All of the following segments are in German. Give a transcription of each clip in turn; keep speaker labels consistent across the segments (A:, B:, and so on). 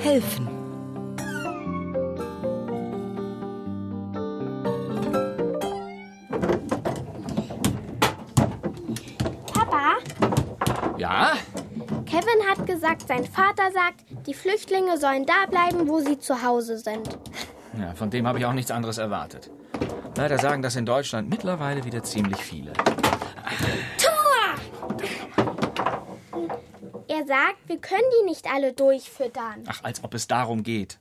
A: Helfen.
B: Papa,
C: Ja?
B: Kevin hat gesagt, sein Vater sagt, die Flüchtlinge sollen da bleiben, wo sie zu Hause sind.
C: ja von dem habe ich auch nichts anderes erwartet. Leider sagen das in Deutschland mittlerweile wieder ziemlich viele.
B: Er sagt, wir können die nicht alle durchfüttern.
C: Ach, als ob es darum geht.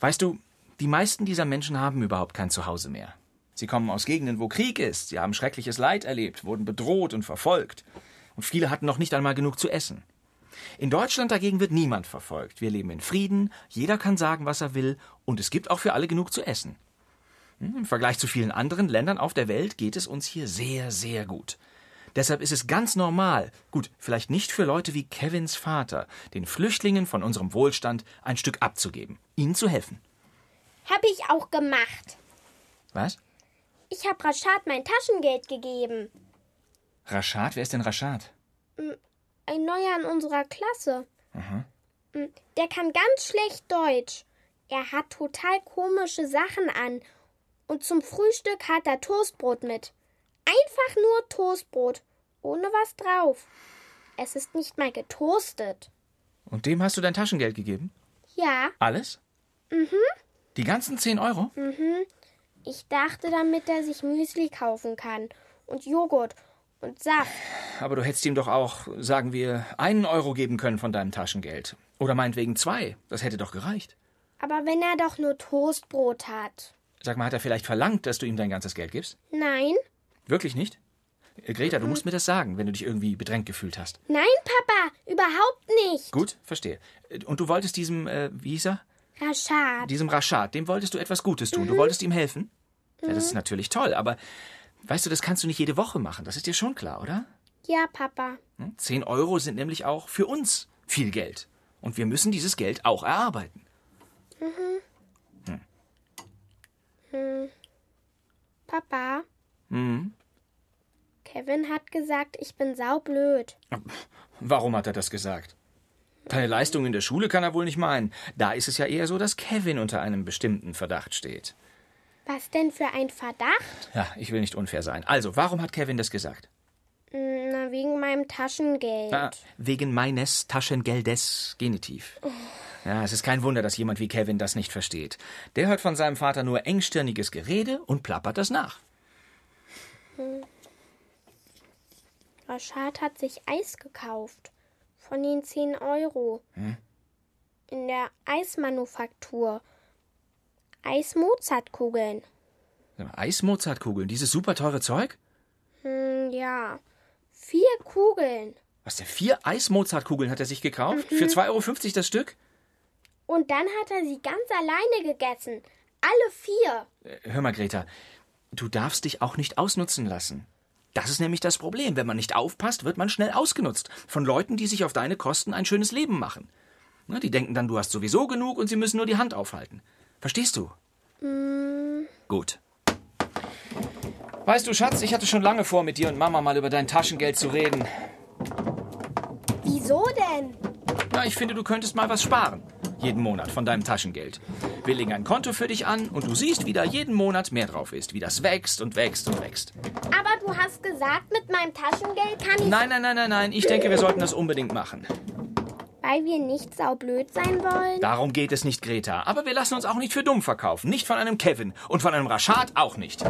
C: Weißt du, die meisten dieser Menschen haben überhaupt kein Zuhause mehr. Sie kommen aus Gegenden, wo Krieg ist. Sie haben schreckliches Leid erlebt, wurden bedroht und verfolgt. Und viele hatten noch nicht einmal genug zu essen. In Deutschland dagegen wird niemand verfolgt. Wir leben in Frieden, jeder kann sagen, was er will, und es gibt auch für alle genug zu essen. Hm, Im Vergleich zu vielen anderen Ländern auf der Welt geht es uns hier sehr, sehr gut. Deshalb ist es ganz normal, gut, vielleicht nicht für Leute wie Kevins Vater, den Flüchtlingen von unserem Wohlstand ein Stück abzugeben, ihnen zu helfen.
B: Hab ich auch gemacht.
C: Was?
B: Ich hab Rashad mein Taschengeld gegeben.
C: Rashad? Wer ist denn Rashad?
B: Ein neuer in unserer Klasse. Mm, Der kann ganz schlecht Deutsch. Er hat total komische Sachen an. Und zum Frühstück hat er Toastbrot mit. Einfach nur Toastbrot. Ohne was drauf. Es ist nicht mal getoastet.
C: Und dem hast du dein Taschengeld gegeben?
B: Ja,
C: Alles? Mhm. Die ganzen 10 Euro?
B: ich dachte, damit er sich Müsli kaufen kann. Und Joghurt. Und Saft.
C: Aber du hättest ihm doch auch, sagen wir, einen Euro geben können von deinem Taschengeld. Oder meinetwegen zwei. Das hätte doch gereicht.
B: Aber wenn er doch nur Toastbrot hat.
C: Sag mal, hat er vielleicht verlangt, dass du ihm dein ganzes Geld gibst?
B: Nein,
C: Wirklich nicht? Äh, Greta, du musst mir das sagen, wenn du dich irgendwie bedrängt gefühlt hast.
B: nein, Papa, überhaupt nicht.
C: Gut, verstehe. Äh, Und du wolltest diesem, äh, wie hieß er?
B: Rashad.
C: Diesem Rashad, dem wolltest du etwas Gutes tun. Du wolltest ihm helfen? Ja, das ist natürlich toll, aber weißt du, das kannst du nicht jede Woche machen. Das ist dir schon klar, oder?
B: Ja, Papa.
C: Hm? Zehn Euro sind nämlich auch für uns viel Geld. Und wir müssen dieses Geld auch erarbeiten.
B: Papa. Hm? Kevin hat gesagt, ich bin saublöd.
C: Warum hat er das gesagt? Deine Leistung in der Schule kann er wohl nicht meinen. Da ist es ja eher so, dass Kevin unter einem bestimmten Verdacht steht.
B: Was denn für ein Verdacht?
C: Ja, ich will nicht unfair sein. Also, warum hat Kevin das gesagt?
B: Hm, Na, wegen meinem Taschengeld.
C: Ah, wegen meines Taschengeldes Genitiv. Ja, es ist kein Wunder, dass jemand wie Kevin das nicht versteht. Der hört von seinem Vater nur engstirniges Gerede und plappert das nach.
B: Rashad hat sich Eis gekauft. Von den 10 Euro. In der Eismanufaktur. Eis-Mozartkugeln.
C: Sag mal, Eis-Mozartkugeln, dieses super teure Zeug?
B: Hm, ja. Vier Kugeln.
C: Was denn, vier Eis-Mozartkugeln hat er sich gekauft? Für 2,50 Euro das Stück?
B: Und dann hat er sie ganz alleine gegessen. Alle vier.
C: Hör mal, Greta, du darfst dich auch nicht ausnutzen lassen. Das ist nämlich das Problem. Wenn man nicht aufpasst, wird man schnell ausgenutzt. Von Leuten, die sich auf deine Kosten ein schönes Leben machen. Ne, die denken dann, du hast sowieso genug und sie müssen nur die Hand aufhalten. Verstehst du? Gut. Weißt du, Schatz, ich hatte schon lange vor, mit dir und Mama mal über dein Taschengeld zu reden.
B: Wieso denn?
C: Na, ich finde, du könntest mal was sparen. Jeden Monat von deinem Taschengeld. Wir legen ein Konto für dich an und du siehst, wie da jeden Monat mehr drauf ist, wie das wächst und wächst und wächst.
B: Aber du hast gesagt, mit meinem Taschengeld kann ich.
C: Nein, nein, nein, nein, nein. Ich denke, wir sollten das unbedingt machen.
B: Weil wir nicht saublöd sein wollen?
C: Darum geht es nicht, Greta. Aber wir lassen uns auch nicht für dumm verkaufen. Nicht von einem Kevin und von einem Rashad auch nicht.